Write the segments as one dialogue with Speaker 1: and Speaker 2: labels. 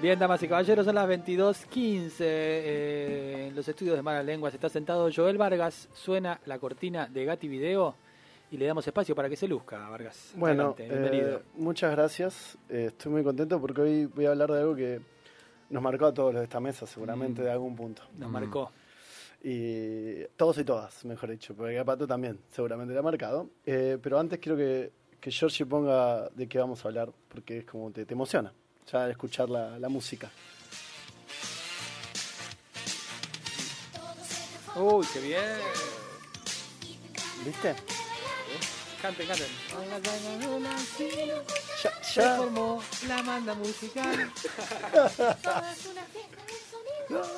Speaker 1: Bien, damas y caballeros, son las 22.15 eh, en los estudios de Malas Lenguas. Está sentado Joel Vargas, suena la cortina de Gati Video y le damos espacio para que se luzca, Vargas.
Speaker 2: Bueno,
Speaker 1: Adelante, bienvenido.
Speaker 2: eh, muchas gracias. Eh, estoy muy contento porque hoy voy a hablar de algo que nos marcó a todos los de esta mesa, seguramente
Speaker 1: Mm.
Speaker 2: de algún punto.
Speaker 1: Nos marcó.
Speaker 2: Y todos y todas, mejor dicho, porque a Pato también seguramente le ha marcado. Eh, pero antes quiero que, que Georgie ponga de qué vamos a hablar, porque es como te, te emociona ya al escuchar la, la música. mm.
Speaker 1: Uy, qué bien.
Speaker 2: ¿Viste?
Speaker 1: Canten, canten.
Speaker 2: Ya,
Speaker 1: Se
Speaker 2: ya.
Speaker 1: formó la banda musical.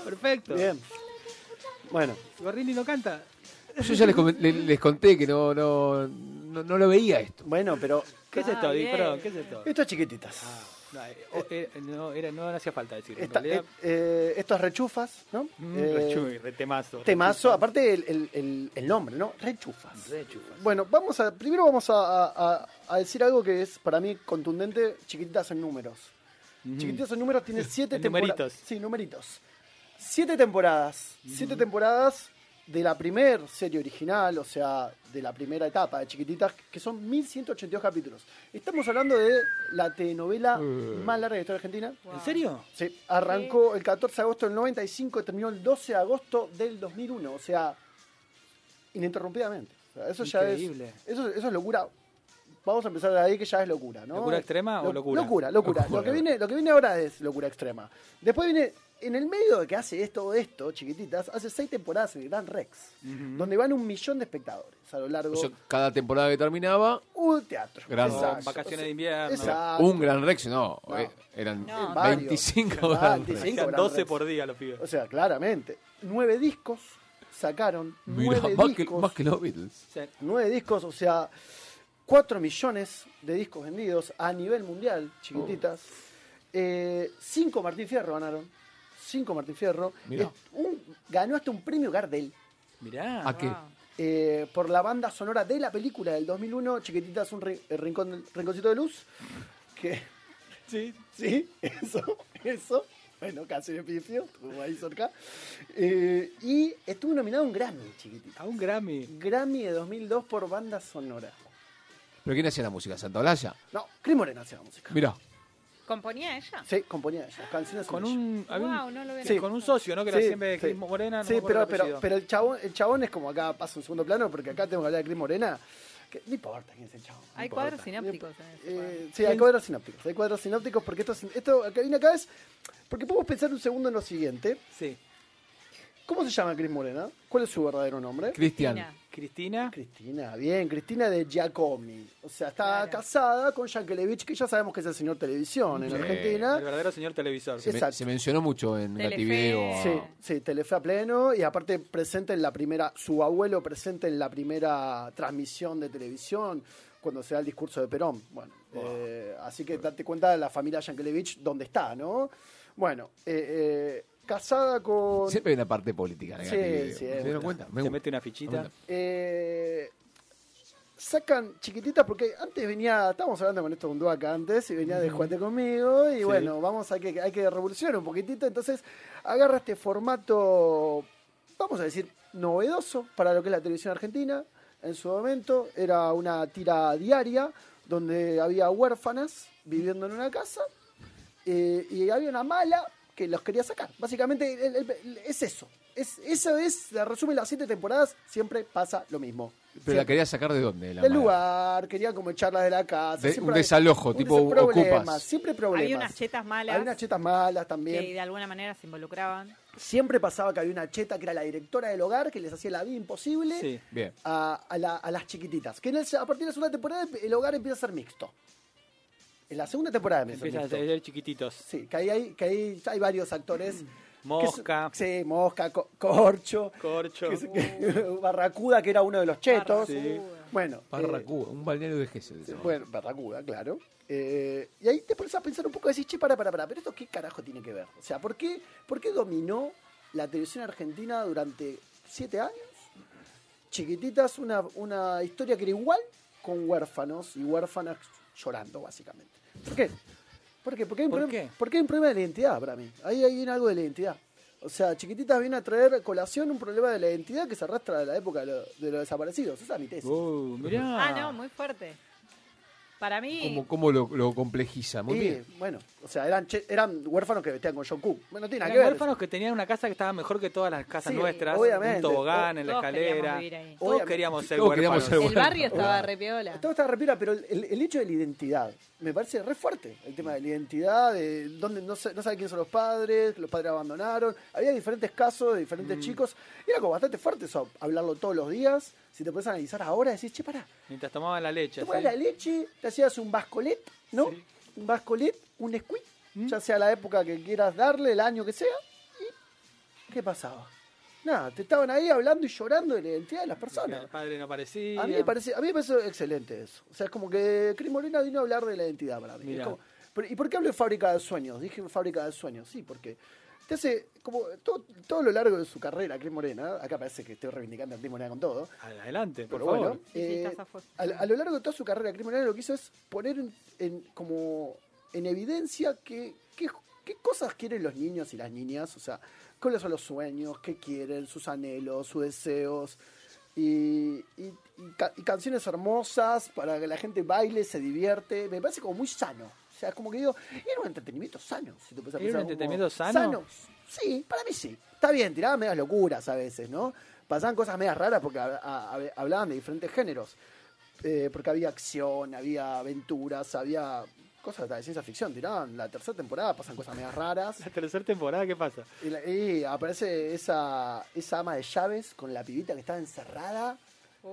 Speaker 1: Perfecto.
Speaker 2: Bien. Bueno,
Speaker 1: Gorrini no canta.
Speaker 3: Yo ya les, comen- le- les conté que no, no, no, no lo veía esto.
Speaker 2: bueno, pero
Speaker 1: ¿Qué es
Speaker 4: Ah,
Speaker 1: esto, Di?
Speaker 4: bien.
Speaker 1: Perdón, ¿qué es esto?
Speaker 2: estas chiquititas.
Speaker 1: Ah, no, eh, o- eh, no, era, no hacía falta decirlo.
Speaker 2: Esta-
Speaker 1: en realidad,
Speaker 2: eh, eh, estos rechufas, ¿no?
Speaker 1: Mm,
Speaker 2: Eh,
Speaker 1: rechuy, re temazo.
Speaker 2: Temazo, aparte el, el- el- el nombre, ¿no? Rechufas.
Speaker 1: Rechufas.
Speaker 2: Bueno, vamos a, primero vamos a, a- a- a decir algo que es para mí contundente, chiquititas en números.
Speaker 1: Ujú.
Speaker 2: Chiquititas en números tiene siete
Speaker 1: Numeritos.
Speaker 2: temporadas. Sí, numeritos. Siete temporadas. Siete temporadas de la primer serie original, o sea, de la primera etapa de Chiquititas, que son 1182 capítulos. Estamos hablando de la telenovela más larga de la historia argentina.
Speaker 1: ¿En serio?
Speaker 2: Sí, arrancó el 14 de agosto del 95 y terminó el 12 de agosto del 2001, o sea, ininterrumpidamente. O sea, eso
Speaker 1: Increíble.
Speaker 2: ya es eso, eso es locura. Vamos a empezar de ahí que ya es locura, ¿no?
Speaker 1: ¿Locura extrema o locura?
Speaker 2: Locura, locura. Lo que viene lo que viene ahora es locura extrema. Después viene en el medio de que hace esto esto, chiquititas, hace seis temporadas en Gran Rex, donde van un millón de espectadores a lo largo
Speaker 3: O sea, cada temporada que terminaba,
Speaker 2: un teatro.
Speaker 3: Gran
Speaker 1: Con
Speaker 3: Exacto.
Speaker 1: vacaciones de
Speaker 2: O
Speaker 1: invierno.
Speaker 2: sea, exacto.
Speaker 3: un Gran Rex, no,
Speaker 2: No.
Speaker 3: eh, eran
Speaker 4: No, no.
Speaker 2: Varios.
Speaker 3: 25
Speaker 2: Ah,
Speaker 3: Gran Rex.
Speaker 2: 25
Speaker 1: Hacían
Speaker 2: Gran
Speaker 1: 12
Speaker 2: Rex.
Speaker 1: por día los pibes.
Speaker 2: O sea, claramente. Nueve discos sacaron.
Speaker 3: Mirá,
Speaker 2: nueve
Speaker 3: más que,
Speaker 2: discos.
Speaker 3: más que los Beatles.
Speaker 1: O sea,
Speaker 2: Nueve discos, o sea, cuatro millones de discos vendidos a nivel mundial, chiquititas. Eh, cinco Martín Fierro ganaron. Cinco Martín Fierro.
Speaker 3: Mirá.
Speaker 2: Eh, un- ganó hasta un premio Gardel.
Speaker 1: mirá.
Speaker 3: ¿A qué?
Speaker 2: eh, por la banda sonora de la película del 2001, Chiquititas, un ri- eh, rincón, rinconcito de luz. Que,
Speaker 1: Sí.
Speaker 2: Sí, eso, eso. Bueno, casi de pifió, estuvo ahí cerca. Eh, y estuvo nominado a un Grammy,
Speaker 1: A
Speaker 2: chiquitito.
Speaker 1: un Grammy.
Speaker 2: Grammy de 2002 por banda sonora.
Speaker 3: ¿Pero quién hacía la música? ¿Santa Olalla?
Speaker 2: No, Cris Morena hacía la música.
Speaker 3: Mirá,
Speaker 4: ¿Componía ella?
Speaker 2: Sí, componía ella, canciones
Speaker 1: Con
Speaker 2: en ella.
Speaker 1: un, había un-
Speaker 4: Wow, no lo veo.
Speaker 2: Sí.
Speaker 1: con un socio, ¿no? Que era
Speaker 2: Sí,
Speaker 1: siempre
Speaker 2: sí.
Speaker 1: Cris Morena. no
Speaker 2: sí,
Speaker 1: me acuerdo
Speaker 2: pero,
Speaker 1: el
Speaker 2: pero,
Speaker 1: apellido.
Speaker 2: pero el chabón, el chabón es como acá pasa un segundo plano porque acá tengo que hablar de Cris Morena. que no importa quién es el chabón. no
Speaker 4: Hay
Speaker 2: importa.
Speaker 4: cuadros sinápticos en este
Speaker 2: Eh, sí, hay cuadros sinápticos. Hay cuadros sinápticos porque esto, es- esto acá viene acá es. Porque podemos pensar un segundo en lo siguiente.
Speaker 1: Sí.
Speaker 2: ¿Cómo se llama Cris Morena? ¿Cuál es su verdadero nombre?
Speaker 3: Cristian.
Speaker 1: Cristina.
Speaker 2: Cristina, bien, Cristina de Giacomi. O sea, está
Speaker 4: Claro.
Speaker 2: casada con Yankelevich, que ya sabemos que es el señor televisión en
Speaker 3: Sí.
Speaker 2: Argentina.
Speaker 1: El verdadero señor televisor.
Speaker 2: Sí.
Speaker 3: Me-
Speaker 2: Exacto.
Speaker 3: se mencionó mucho en
Speaker 4: Telefe.
Speaker 3: Gativideo. a-
Speaker 2: Sí, sí, Telefe a pleno y aparte presente en la primera, su abuelo presente en la primera transmisión de televisión cuando se da el discurso de Perón. Bueno, eh, así que date cuenta de la familia Yankelevich dónde está, ¿no? Bueno, eh, eh, casada con...
Speaker 3: Siempre hay una parte política en el
Speaker 2: Sí,
Speaker 3: Gativideo.
Speaker 2: sí,
Speaker 3: ¿Se dieron cuenta? Me
Speaker 1: Se
Speaker 3: gusta.
Speaker 1: mete una
Speaker 3: Me
Speaker 1: fichita.
Speaker 3: gusta.
Speaker 2: Eh, sacan chiquititas porque antes venía, estábamos hablando con esto con Duaca antes, y venía de Juate conmigo, y bueno, vamos a que hay que revolucionar un poquitito, entonces agarra este formato, vamos a decir, novedoso para lo que es la televisión argentina. En su momento era una tira diaria donde había huérfanas viviendo en una casa eh, y había una mala que los quería sacar. Básicamente el- el- el- es eso. Es, eso es, la resumen las siete temporadas, siempre pasa lo mismo.
Speaker 3: Pero la
Speaker 2: Siempre.
Speaker 3: quería sacar de dónde? La
Speaker 2: Del
Speaker 3: madre?
Speaker 2: lugar, querían como echarlas de la casa.
Speaker 3: De-
Speaker 2: siempre
Speaker 3: un
Speaker 2: hay-
Speaker 3: desalojo, tipo
Speaker 2: des- problemas,
Speaker 3: ocupas.
Speaker 2: Siempre problemas.
Speaker 4: Había unas chetas malas
Speaker 2: Hay unas chetas malas también.
Speaker 4: que de alguna manera se involucraban.
Speaker 2: Siempre pasaba que había una cheta que era la directora del hogar, que les hacía la vida imposible
Speaker 1: Sí.
Speaker 3: Bien.
Speaker 2: a, a la- a las chiquititas. Que en el- a partir de la segunda temporada el hogar empieza a ser mixto. En la segunda temporada empieza a ser
Speaker 1: Empiezan a
Speaker 2: mixto.
Speaker 1: ser chiquititos.
Speaker 2: Sí, que ahí hay, que ahí hay varios actores. que son-
Speaker 1: Mosca,
Speaker 2: sí, mosca, co- corcho.
Speaker 1: corcho.
Speaker 2: que se- que- Barracuda, que era uno de los chetos.
Speaker 4: Barracuda.
Speaker 2: Bueno. eh,
Speaker 3: Barracuda, un balneario de Gesell.
Speaker 2: sí, bueno, Barracuda, claro. Eh, y ahí te pones a pensar un poco, decís, che, para, para, para, pero esto qué carajo tiene que ver. O sea, ¿por qué, por qué dominó la televisión argentina durante siete años? Chiquititas, una, una historia que era igual con huérfanos y huérfanas llorando, básicamente. ¿Por qué? ¿Por qué? Porque hay, un
Speaker 1: ¿Por
Speaker 2: problema,
Speaker 1: qué?
Speaker 2: porque hay un problema de la identidad para mí. Ahí ahí viene algo de la identidad. O sea, Chiquititas viene a traer a colación un problema de la identidad que se arrastra de la época de, lo- de los desaparecidos. Esa es mi tesis.
Speaker 1: Uh, mirá.
Speaker 4: Ah, no, muy fuerte. Para mí,
Speaker 3: ¿Cómo, cómo lo, lo complejiza? Muy
Speaker 2: y,
Speaker 3: bien.
Speaker 2: bueno, o sea, eran, che- eran huérfanos que vestían con John Cook. Bueno, no tiene nada que
Speaker 1: Eran
Speaker 2: ver.
Speaker 1: huérfanos que tenían una casa que estaba mejor que todas las casas
Speaker 2: Sí,
Speaker 1: nuestras.
Speaker 2: obviamente.
Speaker 1: Un tobogán en la
Speaker 4: Todos queríamos
Speaker 1: escalera.
Speaker 4: vivir ahí.
Speaker 1: Todos
Speaker 2: Obviamente.
Speaker 1: queríamos ser
Speaker 3: Todos
Speaker 1: huérfanos.
Speaker 3: queríamos ser
Speaker 4: el barrio
Speaker 3: Bueno,
Speaker 4: estaba re piola.
Speaker 2: Todo está repira, pero el, el hecho de la identidad me parece re fuerte. El tema de la identidad, de dónde no, se- no sabe quién son los padres, los padres abandonaron. Había diferentes casos de
Speaker 1: Mm.
Speaker 2: diferentes chicos. Y era como bastante fuerte eso, hablarlo todos los días. Si te puedes analizar ahora, decís, che, pará,
Speaker 1: Mientras tomaban la leche.
Speaker 2: tomabas
Speaker 1: ¿sí?
Speaker 2: la leche, te hacías un bascolet, ¿no?
Speaker 1: Sí. ¿Mm?
Speaker 2: Un bascolet, un squid, ya sea la época que quieras darle, el año que sea. ¿Y qué pasaba? Nada, te estaban ahí hablando y llorando de la identidad de las personas.
Speaker 1: El padre no parecía.
Speaker 2: A mí, me parece, a mí me parece excelente eso. O sea, es como que Cris Morena vino a hablar de la identidad para mí. Es
Speaker 1: Mirá.
Speaker 2: como- pero- ¿Y por qué hablo de fábrica de sueños? Dije fábrica de sueños, sí, porque te hace, como todo, todo lo largo de su carrera, Cris Morena, acá parece que estoy reivindicando a Cris Morena con todo,
Speaker 1: Adelante, por
Speaker 2: pero
Speaker 1: favor.
Speaker 2: bueno,
Speaker 4: Sí, sí,
Speaker 2: eh,
Speaker 4: estás a full.
Speaker 2: a, a lo largo de toda su carrera, Cris Morena lo que hizo es poner en, en- como en evidencia que, que- qué cosas quieren los niños y las niñas, o sea, cuáles son los sueños, qué quieren, sus anhelos, sus deseos, y, y- y ca- y canciones hermosas para que la gente baile, se divierte, me parece como muy sano. O sea, es como que digo, era un entretenimiento sano. Si te pones a
Speaker 1: ¿Era un
Speaker 2: pensar,
Speaker 1: entretenimiento
Speaker 2: como-
Speaker 1: sano?
Speaker 2: Sí, para mí sí. Está bien, tiraban medias locuras a veces, ¿no? Pasaban cosas medias raras porque hab- a- hab- hablaban de diferentes géneros. Eh, porque había acción, había aventuras, había cosas hasta de ciencia ficción. Tiraban la tercera temporada, pasan cosas medias raras.
Speaker 1: La tercera temporada, ¿qué pasa?
Speaker 2: Y, la- y aparece esa, esa ama de llaves con la pibita que estaba encerrada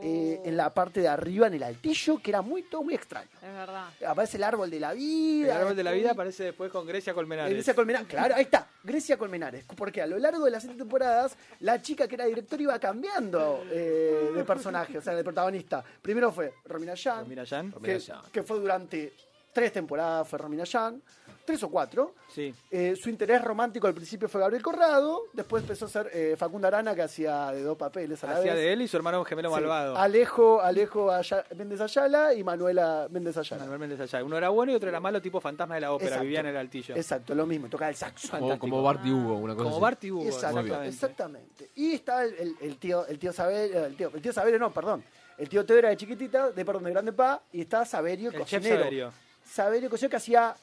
Speaker 2: eh,
Speaker 4: Oh.
Speaker 2: en la parte de arriba, en el altillo, que era muy, todo muy extraño.
Speaker 4: Es verdad.
Speaker 2: Aparece el árbol de la vida.
Speaker 1: El árbol de la vida
Speaker 2: después-
Speaker 1: aparece después con Grecia Colmenares.
Speaker 2: Grecia Colmenares, claro, ahí está, Grecia Colmenares. Porque a lo largo de las siete temporadas, la chica que era directora iba cambiando eh, de personaje, o sea, de protagonista. Primero fue Romina Yan,
Speaker 1: Pues Mira, Jan.
Speaker 3: Romina
Speaker 2: que,
Speaker 3: Yan.
Speaker 2: que fue durante tres temporadas, fue Romina Yan, tres o cuatro.
Speaker 1: Sí.
Speaker 2: Eh, su interés romántico al principio fue Gabriel Corrado, después empezó a ser eh, Facunda Arana, que hacía de dos papeles a la
Speaker 1: Hacía
Speaker 2: vez.
Speaker 1: de él y su hermano gemelo
Speaker 2: Sí,
Speaker 1: malvado.
Speaker 2: Alejo, Alejo Aya- Méndez Ayala y Manuela Méndez Ayala.
Speaker 1: Manuel Méndez Ayala. Uno era bueno y otro era malo, tipo fantasma de la ópera.
Speaker 2: Exacto.
Speaker 1: Vivía en el altillo.
Speaker 2: Exacto, lo mismo, tocaba el saxo.
Speaker 3: Como, como Bart y Hugo, una cosa
Speaker 1: Como
Speaker 3: así.
Speaker 1: Bart y Hugo,
Speaker 2: Exacto,
Speaker 1: exactamente.
Speaker 2: exactamente. Y está el, el- el tío, el tío Saberio, el tío, el tío Saverio no, perdón. El tío Teo era de chiquitita, de perdón, de grande pa, y está Saberio
Speaker 1: El chef
Speaker 2: cocinero.
Speaker 1: Saverio.
Speaker 2: Saberio cocinero que hacía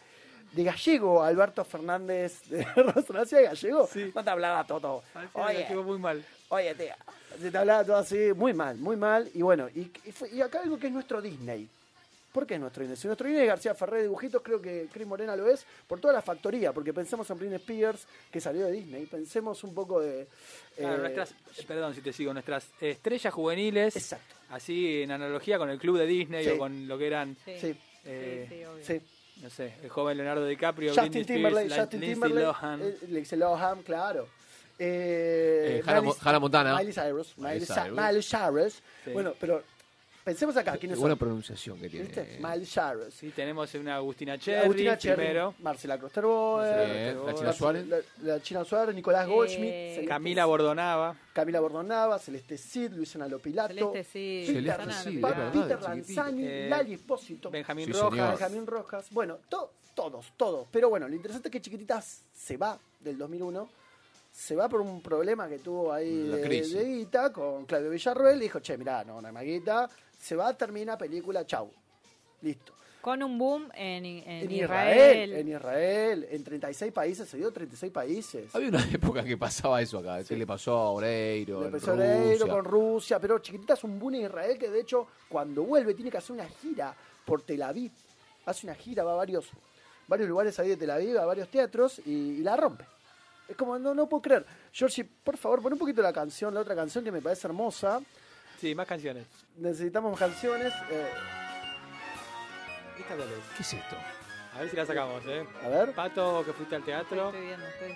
Speaker 2: de gallego Alberto Fernández de Rosso, ¿no hacía de gallego?
Speaker 1: Sí.
Speaker 2: No te hablaba todo.
Speaker 1: Parecía que lo
Speaker 2: Oye, Eh,
Speaker 1: llevo muy mal.
Speaker 2: oye, tía. Se te hablaba todo así, muy mal, muy mal. Y bueno, y, y fue- y acá algo que es nuestro Disney. ¿Por qué es nuestro Disney? Si nuestro Disney es García Ferré de dibujitos, creo que Chris Morena lo es, por toda la factoría, porque pensemos en Britney Spears, que salió de Disney, pensemos un poco de...
Speaker 1: Claro,
Speaker 2: eh,
Speaker 1: nuestras, perdón si te sigo, nuestras estrellas juveniles,
Speaker 2: Exacto.
Speaker 1: así en analogía con el club de Disney
Speaker 2: Sí.
Speaker 1: o con lo que eran,
Speaker 4: Sí,
Speaker 2: Sí.
Speaker 4: sí,
Speaker 1: Eh,
Speaker 4: sí, obvio.
Speaker 2: Sí.
Speaker 1: no sé, el joven Leonardo DiCaprio,
Speaker 2: Justin
Speaker 1: Britney Spears,
Speaker 2: Timberlake,
Speaker 1: Lin-
Speaker 2: Justin
Speaker 1: Lindsay
Speaker 2: Timberlake,
Speaker 1: Lohan.
Speaker 2: eh, Lindsay Lohan, claro. Eh,
Speaker 3: Eh, Hannah
Speaker 2: Miley-
Speaker 3: Mo- Hannah Montana.
Speaker 2: Miley Cyrus. Miley,
Speaker 3: Miley
Speaker 2: Cy-
Speaker 3: Cyrus.
Speaker 2: Miley Cyrus.
Speaker 1: Sí.
Speaker 2: Bueno, pero pensemos acá,
Speaker 3: Qué
Speaker 2: ¿quiénes
Speaker 3: buena
Speaker 2: son?
Speaker 3: pronunciación que tiene.
Speaker 2: ¿Viste? Miley Cyrus.
Speaker 1: Sí, tenemos una Agustina Cherry,
Speaker 2: Agustina Cherry,
Speaker 1: primero,
Speaker 2: Marcela
Speaker 1: Marcela
Speaker 2: Crosterboer,
Speaker 3: Bien, la China Suárez.
Speaker 2: la, la China Suárez, Nicolás
Speaker 4: Eh,
Speaker 2: Goldschmidt, Celeste-
Speaker 1: Camila Bordonava,
Speaker 2: Camila Bordonava, Celeste Cid, Luciana Lopilato,
Speaker 4: Celeste sí.
Speaker 3: Celeste
Speaker 4: Susana
Speaker 3: sí,
Speaker 4: Lopilato.
Speaker 3: es verdad,
Speaker 2: Peter
Speaker 3: de chiquitita.
Speaker 2: Lanzani,
Speaker 1: Eh,
Speaker 2: Lali Espósito,
Speaker 1: Benjamín
Speaker 3: Sí,
Speaker 1: Rojas,
Speaker 3: señor.
Speaker 2: Benjamín Rojas, bueno, to- todos, todos. Pero bueno, lo interesante es que Chiquititas se va del 2001, se va por un problema que tuvo ahí
Speaker 3: La
Speaker 2: de,
Speaker 3: crisis.
Speaker 2: de guita con Claudio Villarruel, dijo, che, mirá, no, no hay más guita, se va, termina película, chau, listo.
Speaker 4: Con un boom en, en,
Speaker 2: En Israel,
Speaker 4: Israel.
Speaker 2: en Israel, en 36 países, se dio 36 países.
Speaker 3: Había una época que pasaba eso acá. ¿Qué le pasó a Oreiro?
Speaker 2: Le
Speaker 3: en
Speaker 2: empezó
Speaker 3: Rusia?
Speaker 2: Oreiro con Rusia, pero Chiquitita es un boom en Israel que de hecho cuando vuelve tiene que hacer una gira por Tel Aviv. Hace una gira, va a varios, varios lugares ahí de Tel Aviv, a varios teatros y, y la rompe. Es como, no, no puedo creer. Georgie, por favor, pon un poquito la canción, la otra canción que me parece hermosa.
Speaker 1: sí, más canciones.
Speaker 2: Necesitamos canciones. eh,
Speaker 1: Esta cuál es.
Speaker 3: ¿Qué es esto?
Speaker 1: A ver si la sacamos, ¿eh?
Speaker 2: a ver,
Speaker 1: Pato, vos que fuiste al
Speaker 4: Estoy,
Speaker 1: teatro.
Speaker 4: estoy viendo, estoy.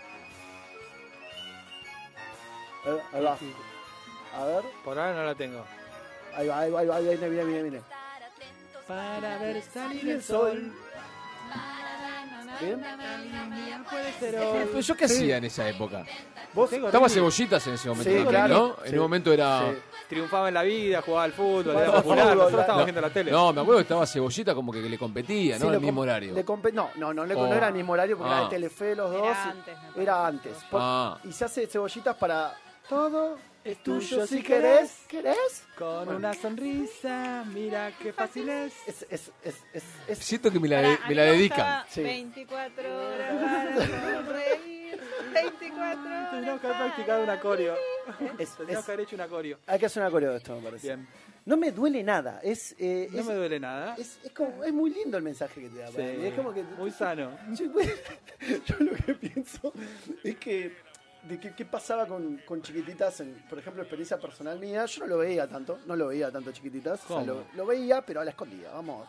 Speaker 2: eh, ahí va. A ver,
Speaker 1: Por ahora no la tengo.
Speaker 2: ahí va, ahí va, ahí va, ahí viene, viene, viene, viene.
Speaker 1: Para ver salir
Speaker 2: el sol. Bien.
Speaker 3: Eh, Pero yo qué
Speaker 2: Sí.
Speaker 3: hacía en esa época.
Speaker 2: Vos
Speaker 1: Tengo
Speaker 3: Estaba
Speaker 1: Rindy.
Speaker 3: cebollitas en ese momento,
Speaker 2: Sí,
Speaker 3: también,
Speaker 2: claro.
Speaker 3: ¿no? En
Speaker 2: Sí.
Speaker 3: un momento era
Speaker 2: Sí.
Speaker 1: triunfaba en la vida, jugaba al fútbol, era
Speaker 2: Jugaba al
Speaker 1: popular,
Speaker 2: fútbol,
Speaker 1: nosotros
Speaker 2: la-
Speaker 1: estábamos
Speaker 2: la-
Speaker 1: viendo la tele.
Speaker 3: No, me acuerdo que estaba Cebollita como que le competía,
Speaker 2: Sí,
Speaker 3: ¿no?
Speaker 2: le
Speaker 3: Al mismo
Speaker 2: com-
Speaker 3: horario.
Speaker 2: le compe- no, no, no, le- no
Speaker 3: Oh.
Speaker 2: era el mismo horario porque
Speaker 3: Ah.
Speaker 2: era el Telefe los dos.
Speaker 4: Era
Speaker 2: y-
Speaker 4: antes, me parece,
Speaker 2: Era antes. Por-
Speaker 3: Ah.
Speaker 2: Y se hace cebollitas para todo. Es tuyo
Speaker 1: tuyo
Speaker 2: si
Speaker 1: si
Speaker 2: querés. ¿Querés?
Speaker 1: Con una sonrisa, mira qué fácil es.
Speaker 2: Es, es, es, es, es-
Speaker 3: Siento que me la,
Speaker 4: Pará,
Speaker 3: de-
Speaker 4: a
Speaker 3: me
Speaker 4: mí
Speaker 3: la
Speaker 4: me
Speaker 3: dedican.
Speaker 4: gustaba
Speaker 2: Sí.
Speaker 4: 24 horas para sonreír. 24 horas.
Speaker 1: Tenemos que
Speaker 4: para
Speaker 1: haber practicado un acorio.
Speaker 2: es-
Speaker 1: Tenemos
Speaker 2: es-
Speaker 1: que haber hecho un acorio.
Speaker 2: Hay que hacer un acuerdo de esto, me parece.
Speaker 1: Bien.
Speaker 2: No me duele nada. Es, eh,
Speaker 1: No
Speaker 2: es,
Speaker 1: me duele nada.
Speaker 2: es, es como- es muy lindo el mensaje que te da. para
Speaker 1: Sí,
Speaker 2: mí. Es como que.
Speaker 1: Muy sano.
Speaker 2: Yo, yo lo que pienso es que de qué, qué pasaba con, con chiquititas, en, por ejemplo, experiencia personal mía, yo no lo veía tanto, no lo veía tanto chiquititas, o sea,
Speaker 1: ¿Cómo?
Speaker 2: lo, lo veía, pero a la escondida, vamos.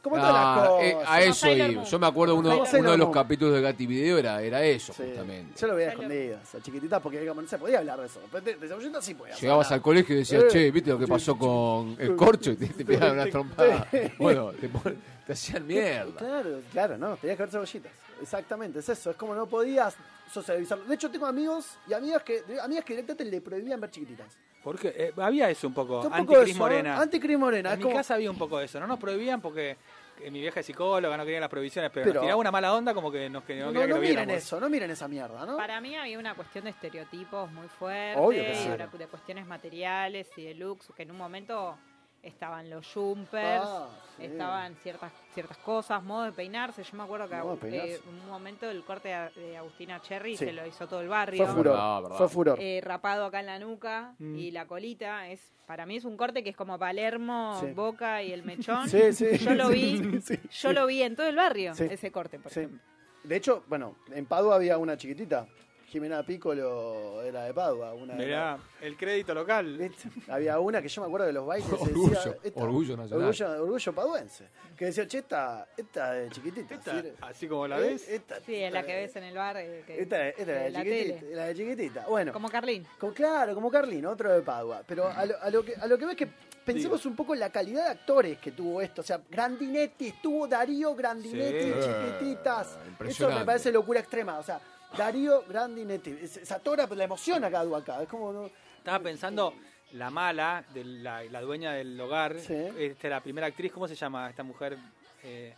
Speaker 2: Como
Speaker 3: Ah,
Speaker 2: todas las
Speaker 3: eh,
Speaker 2: cosas.
Speaker 3: a eso
Speaker 4: Sailor
Speaker 3: iba.
Speaker 4: Moon.
Speaker 3: Yo me acuerdo uno,
Speaker 2: Como Sailor
Speaker 3: uno de los
Speaker 2: Moon.
Speaker 3: capítulos de Gatti Video era, era eso,
Speaker 2: Sí,
Speaker 3: justamente.
Speaker 2: Yo lo veía a escondidas, a chiquititas, porque digamos, no se podía hablar de eso. De, de cebollita sí podía.
Speaker 3: Llegabas al
Speaker 2: hablar.
Speaker 3: colegio y decías,
Speaker 2: Eh,
Speaker 3: che, ¿viste lo que
Speaker 2: sí,
Speaker 3: pasó
Speaker 2: sí,
Speaker 3: con el corcho? Y te, te pegaban una
Speaker 2: sí,
Speaker 3: trompada.
Speaker 2: sí.
Speaker 3: Bueno, te, pon- te hacían mierda.
Speaker 2: Claro, claro, no, tenías que ver cebollitas. Exactamente, es eso, es como no podías socializarlo. De hecho, tengo amigos y amigas que, amigas que directamente le prohibían ver chiquititas.
Speaker 1: Porque eh, había eso un poco.
Speaker 2: Está un poco
Speaker 1: Anticris
Speaker 2: eso,
Speaker 1: Morena.
Speaker 2: Anticris Morena.
Speaker 1: En
Speaker 2: es
Speaker 1: mi
Speaker 2: como-
Speaker 1: casa había un poco de eso. No nos prohibían porque eh, mi vieja es psicóloga, no quería las prohibiciones, pero,
Speaker 2: Pero-
Speaker 1: nos tiraba una mala onda como que nos que, no
Speaker 2: no,
Speaker 1: quería que
Speaker 2: no
Speaker 1: lo
Speaker 2: miren
Speaker 1: viéramos.
Speaker 2: eso, no miren esa mierda, ¿no? Ah,
Speaker 4: Para mí había una cuestión de estereotipos muy fuerte,
Speaker 2: Obvio que
Speaker 4: y
Speaker 2: sí.
Speaker 4: ahora de cuestiones materiales y de looks, que en un momento estaban los jumpers,
Speaker 2: Ah, sí.
Speaker 4: estaban ciertas ciertas cosas, modo de peinarse. Yo me acuerdo que
Speaker 2: Modo de
Speaker 4: eh,
Speaker 2: peinarse.
Speaker 4: en un momento el corte de de Agustina Cherry
Speaker 2: Sí.
Speaker 4: se lo hizo todo el
Speaker 2: Fue
Speaker 4: barrio,
Speaker 2: furor,
Speaker 3: Verdad, verdad.
Speaker 2: fue furor.
Speaker 4: eh, rapado acá en la nuca
Speaker 1: Mm.
Speaker 4: y la colita. es Para mí es un corte que es como Palermo,
Speaker 2: Sí.
Speaker 4: Boca y el mechón.
Speaker 2: Sí, sí.
Speaker 4: Yo lo vi,
Speaker 2: Sí, sí.
Speaker 4: yo lo vi en todo el barrio,
Speaker 2: Sí.
Speaker 4: ese corte, por
Speaker 2: Sí.
Speaker 4: ejemplo.
Speaker 2: De hecho, bueno, en Padua había una chiquitita. Jimena Piccolo era de Padua. Una de
Speaker 1: Mirá, el crédito local.
Speaker 2: las- Había una que yo me acuerdo de los bailes.
Speaker 3: Orgullo,
Speaker 2: decía, esta-
Speaker 3: orgullo nacional.
Speaker 2: Orgullo, orgullo paduense. Que decía, che, esta, esta de chiquitita.
Speaker 1: Esta,
Speaker 2: ¿sí?
Speaker 1: así como la
Speaker 2: Eh,
Speaker 1: ves.
Speaker 2: Esta,
Speaker 4: Sí, es la que ves en el bar. eh, que-
Speaker 2: Esta, esta era
Speaker 4: de
Speaker 2: la, de
Speaker 4: la
Speaker 2: chiquitita,
Speaker 4: tele.
Speaker 2: la de chiquitita. Bueno.
Speaker 4: Como Carlín.
Speaker 2: Como- claro, como Carlín, otro de Padua. Pero a lo, a lo que, a lo que veo es que pensemos un poco en la calidad de actores que tuvo esto. O sea, Grandinetti, estuvo Darío Grandinetti,
Speaker 1: Sí. Ah,
Speaker 2: chiquititas.
Speaker 3: Eh,
Speaker 2: Eso
Speaker 3: impresionante.
Speaker 2: me parece locura extrema. O sea, Darío Grandinetti. Se se atora la emoción acá, acá. Es como. ¿no?
Speaker 1: Estaba pensando la mala, de la, la dueña del hogar.
Speaker 2: Sí.
Speaker 1: Esta la primera actriz. ¿Cómo se llama esta mujer? Eh,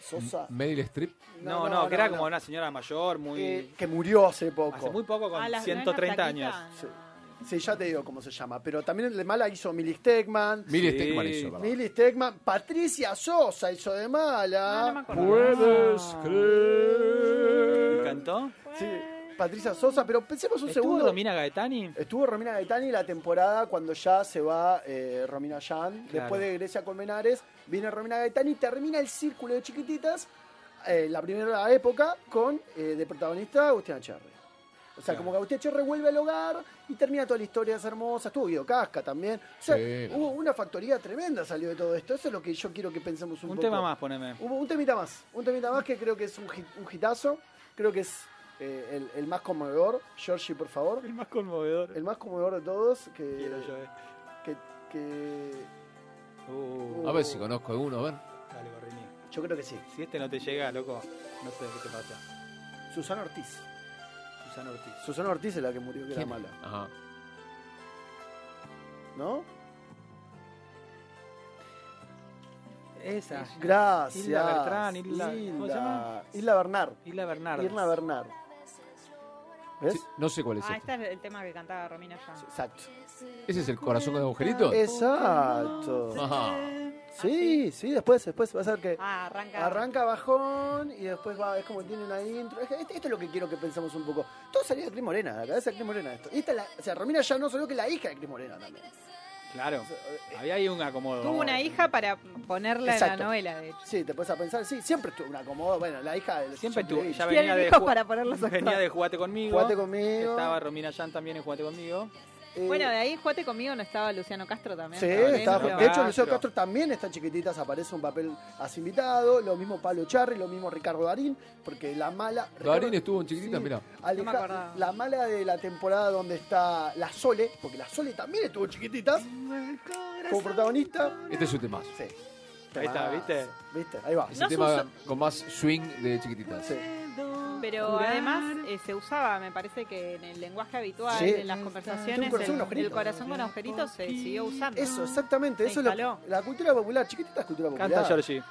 Speaker 2: Sosa.
Speaker 3: Meryl Streep.
Speaker 1: no, no, que era como una señora mayor, muy.
Speaker 2: Eh, que murió hace poco.
Speaker 1: hace muy poco, con
Speaker 4: Ah, la-
Speaker 1: 130
Speaker 4: ¿no era
Speaker 1: años.
Speaker 4: flaquita?
Speaker 2: Sí, ya te digo cómo se llama. Pero también de mala hizo Milly Stegman.
Speaker 3: Mire,
Speaker 1: Sí.
Speaker 3: este Stegman hizo, ¿verdad?
Speaker 2: Milly Stegman. Patricia Sosa hizo de mala.
Speaker 4: No, no me acuerdo. Puedes
Speaker 1: ¿Y cantó?
Speaker 2: Sí, Patricia Sosa, pero pensemos un
Speaker 1: Eh. ¿Estuvo
Speaker 2: segundo.
Speaker 1: Romina Gaetani?
Speaker 2: Estuvo Romina Gaetani la temporada cuando ya se va eh, Romina Yan.
Speaker 1: Claro.
Speaker 2: Después de Grecia Colmenares, viene Romina Gaetani, termina el círculo de chiquititas, eh, la primera época, con eh, de protagonista Agustina Cherry. O sea,
Speaker 1: Claro.
Speaker 2: como que Agustina Cherry vuelve al hogar y termina toda la historia, es hermosa. Estuvo Guido Casca también. O sea,
Speaker 3: Sí.
Speaker 2: hubo una factoría tremenda salió de todo esto. Eso es lo que yo quiero que pensemos un,
Speaker 1: Un
Speaker 2: poco.
Speaker 1: tema más, poneme.
Speaker 2: Hubo un temita más, un temita más que creo que es un, hit- un hitazo, creo que es eh, el, el más conmovedor, Georgie, por favor,
Speaker 1: El más conmovedor.
Speaker 2: el más conmovedor de todos, que,
Speaker 1: Quiero yo, eh.
Speaker 2: que, que-
Speaker 1: Uh,
Speaker 3: A ver si conozco alguno, a ver.
Speaker 1: dale, Gorrini.
Speaker 2: yo creo que sí,
Speaker 1: Si este no te llega, loco, no sé qué te pasa.
Speaker 2: Susana Ortiz.
Speaker 1: Susana Ortiz.
Speaker 2: Susana Ortiz es la que murió, que era mala,
Speaker 3: Ajá.
Speaker 2: ¿no?
Speaker 1: Esa.
Speaker 2: Gracias.
Speaker 1: Hilda Bertrán, Hilda- ¿cómo se llama?
Speaker 2: Hilda Bernard.
Speaker 1: Isla Bernardo.
Speaker 2: Hilda Bernard. ¿Ves?
Speaker 3: Sí, no sé cuál es
Speaker 4: Ah,
Speaker 3: este.
Speaker 4: este es el tema que cantaba Romina ya.
Speaker 2: Exacto.
Speaker 3: ¿Ese es el corazón con agujeritos?
Speaker 1: Ah.
Speaker 2: Exacto.
Speaker 3: Ajá.
Speaker 2: Sí, sí, después, después vas a ver que...
Speaker 4: Ah, arranca.
Speaker 2: Arranca bajón y después va, es como tiene una intro. Es que este- esto es lo que quiero que pensemos un poco. Todo salió de Cris Morena, de la cabeza de Cris Morena esto. Y esta es la, o sea, Romina ya no salió que es la hija de Cris Morena también.
Speaker 1: Claro. Había ahí un acomodo.
Speaker 4: Tuvo una hija para ponerla en
Speaker 2: Exacto.
Speaker 4: la novela, de hecho.
Speaker 2: Sí, te puedes a pensar, sí, siempre estuvo una acomodo. Bueno, la hija del
Speaker 1: Siempre
Speaker 2: John
Speaker 1: tuvo.
Speaker 2: Cleese.
Speaker 1: Ya venía de,
Speaker 4: hijos
Speaker 1: Ju-
Speaker 4: para ponerlos a
Speaker 1: venía
Speaker 4: actuar.
Speaker 1: de Jugate conmigo.
Speaker 2: Jugate conmigo.
Speaker 1: Estaba Romina Yan también en Jugate conmigo.
Speaker 2: Eh,
Speaker 4: Bueno, de ahí Juate conmigo no estaba Luciano Castro también.
Speaker 2: Sí,
Speaker 4: Por
Speaker 2: está-
Speaker 4: ejemplo.
Speaker 2: de hecho Lucía
Speaker 1: Castro.
Speaker 2: Castro también está en chiquititas, aparece un papel así invitado, lo mismo Pablo Charri, lo mismo Ricardo Darín, porque la mala...
Speaker 3: Darín estuvo en Chiquititas,
Speaker 2: Sí,
Speaker 3: mirá.
Speaker 2: Aleja-
Speaker 4: No me acordaba.
Speaker 2: la mala de la temporada donde está la Sole, porque la Sole también estuvo en chiquititas, como protagonista.
Speaker 3: Este es su tema.
Speaker 2: Sí.
Speaker 1: Ahí está,
Speaker 2: Temazo.
Speaker 1: ¿viste?
Speaker 2: ¿Viste? Ahí va.
Speaker 3: Es
Speaker 4: No
Speaker 3: el tema
Speaker 4: son
Speaker 3: con más swing de Chiquititas.
Speaker 2: Sí.
Speaker 4: Pero
Speaker 3: Curar.
Speaker 4: además eh, se usaba, me parece que en el lenguaje habitual,
Speaker 2: Sí.
Speaker 4: en las conversaciones,
Speaker 2: Un corazón,
Speaker 4: el,
Speaker 2: un agujerito.
Speaker 4: el corazón con agujeritos se siguió usando.
Speaker 2: Eso, exactamente.
Speaker 4: Se
Speaker 2: Eso es la,
Speaker 4: instaló.
Speaker 2: la cultura popular. Chiquitita es cultura popular.
Speaker 1: Canta Georgie.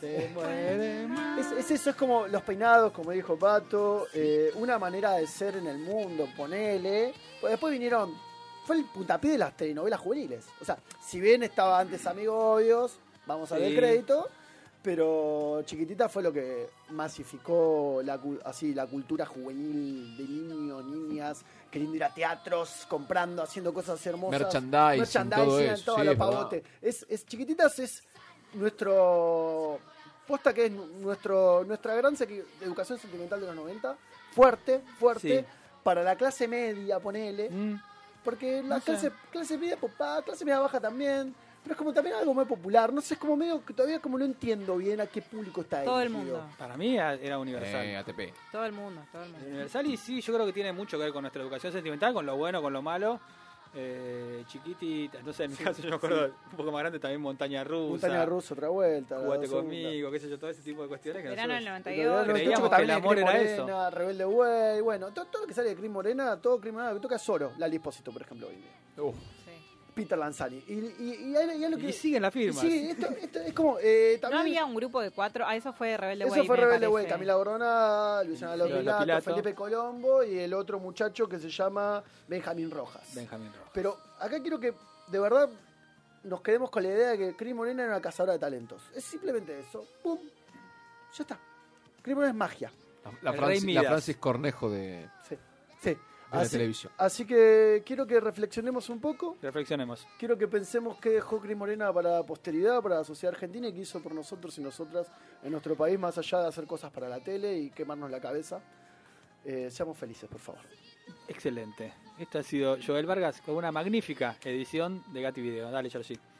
Speaker 2: Sí.
Speaker 1: Muere más.
Speaker 2: Es, es eso, es como los peinados, como dijo Pato, eh, una manera de ser en el mundo, ponele. Pues después vinieron, fue el puntapié de las telenovelas juveniles. O sea, si bien estaba antes Amigos Odios, vamos a ver
Speaker 1: Sí.
Speaker 2: el crédito, pero Chiquitita fue lo que masificó la, cu- así, la cultura juvenil de niños, niñas, queriendo ir a teatros, comprando, haciendo cosas hermosas.
Speaker 3: Merchandising, todo
Speaker 2: en
Speaker 3: eso,
Speaker 2: todos
Speaker 3: sí,
Speaker 2: los
Speaker 3: es verdad.
Speaker 2: pavotes. Es, es, Chiquititas es nuestro posta que es nu- nuestro nuestra gran sequi- educación sentimental de los 90 fuerte fuerte
Speaker 1: Sí.
Speaker 2: para la clase media ponele
Speaker 1: Mm.
Speaker 2: porque la
Speaker 1: No sé.
Speaker 2: clase clase media popá clase media baja también pero es como también algo muy popular no sé es como medio que todavía como no entiendo bien a qué público está
Speaker 4: Todo el
Speaker 2: dirigido.
Speaker 4: mundo,
Speaker 1: Para mí a- era universal.
Speaker 3: Eh, ATP.
Speaker 4: todo el mundo, todo el mundo.
Speaker 1: Universal y sí, yo creo que tiene mucho que ver con nuestra educación sentimental, con lo bueno, con lo malo. Eh, chiquitita, no sé, en mi caso yo me acuerdo un poco más grande también Montaña Rusa.
Speaker 2: montaña rusa otra vuelta la
Speaker 1: Jugate
Speaker 2: segunda.
Speaker 1: conmigo, qué sé yo, todo ese tipo de cuestiones que
Speaker 4: Verano del
Speaker 1: nosotros-
Speaker 2: Y lo de
Speaker 4: 92.
Speaker 2: los
Speaker 1: Creíamos
Speaker 2: Chochos
Speaker 1: que
Speaker 2: también
Speaker 1: el
Speaker 2: es
Speaker 1: amor
Speaker 2: Cris
Speaker 1: era
Speaker 2: Morena, Rebelde Way, bueno, to- todo, lo que sale de Cris Morena, todo Cris Morena, lo que toca es oro. La Lispósito, por ejemplo, hoy en día.
Speaker 3: Uf.
Speaker 4: sí.
Speaker 2: Peter Lanzani. Y, y, y ahí- ahí es lo que.
Speaker 1: Y siguen las firmas.
Speaker 2: Sí, esto, esto es como. eh,
Speaker 4: No
Speaker 2: también,
Speaker 4: había un grupo de cuatro. Ah, eso fue de Rebelde
Speaker 2: Eso
Speaker 4: Way,
Speaker 2: fue
Speaker 4: me
Speaker 2: Rebelde Way.
Speaker 4: parece.
Speaker 2: Camila Borona, Luciana
Speaker 1: Lola
Speaker 2: Lopilato,
Speaker 1: Pilato.
Speaker 2: Felipe Colombo y el otro muchacho que se llama Benjamín Rojas.
Speaker 1: Benjamín Rojo.
Speaker 2: Pero acá quiero que, de verdad, nos quedemos con la idea de que Cris Morena era una cazadora de talentos. Es simplemente eso. ¡Pum! Ya está. Cris Morena es magia.
Speaker 3: La,
Speaker 1: El
Speaker 3: la,
Speaker 1: Rey
Speaker 3: Francis, la
Speaker 1: Midas.
Speaker 3: Francis Cornejo de, de
Speaker 2: Sí. Sí.
Speaker 3: la
Speaker 2: Así,
Speaker 3: televisión.
Speaker 2: así que quiero que reflexionemos un poco.
Speaker 1: Reflexionemos.
Speaker 2: Quiero que pensemos qué dejó Cris Morena para la posteridad, para la sociedad argentina y qué hizo por nosotros y nosotras en nuestro país, más allá de hacer cosas para la tele y quemarnos la cabeza. Eh, seamos felices, por favor.
Speaker 1: Excelente. Esto ha sido Joel Vargas con una magnífica edición de Gati Video. Dale, Georgie.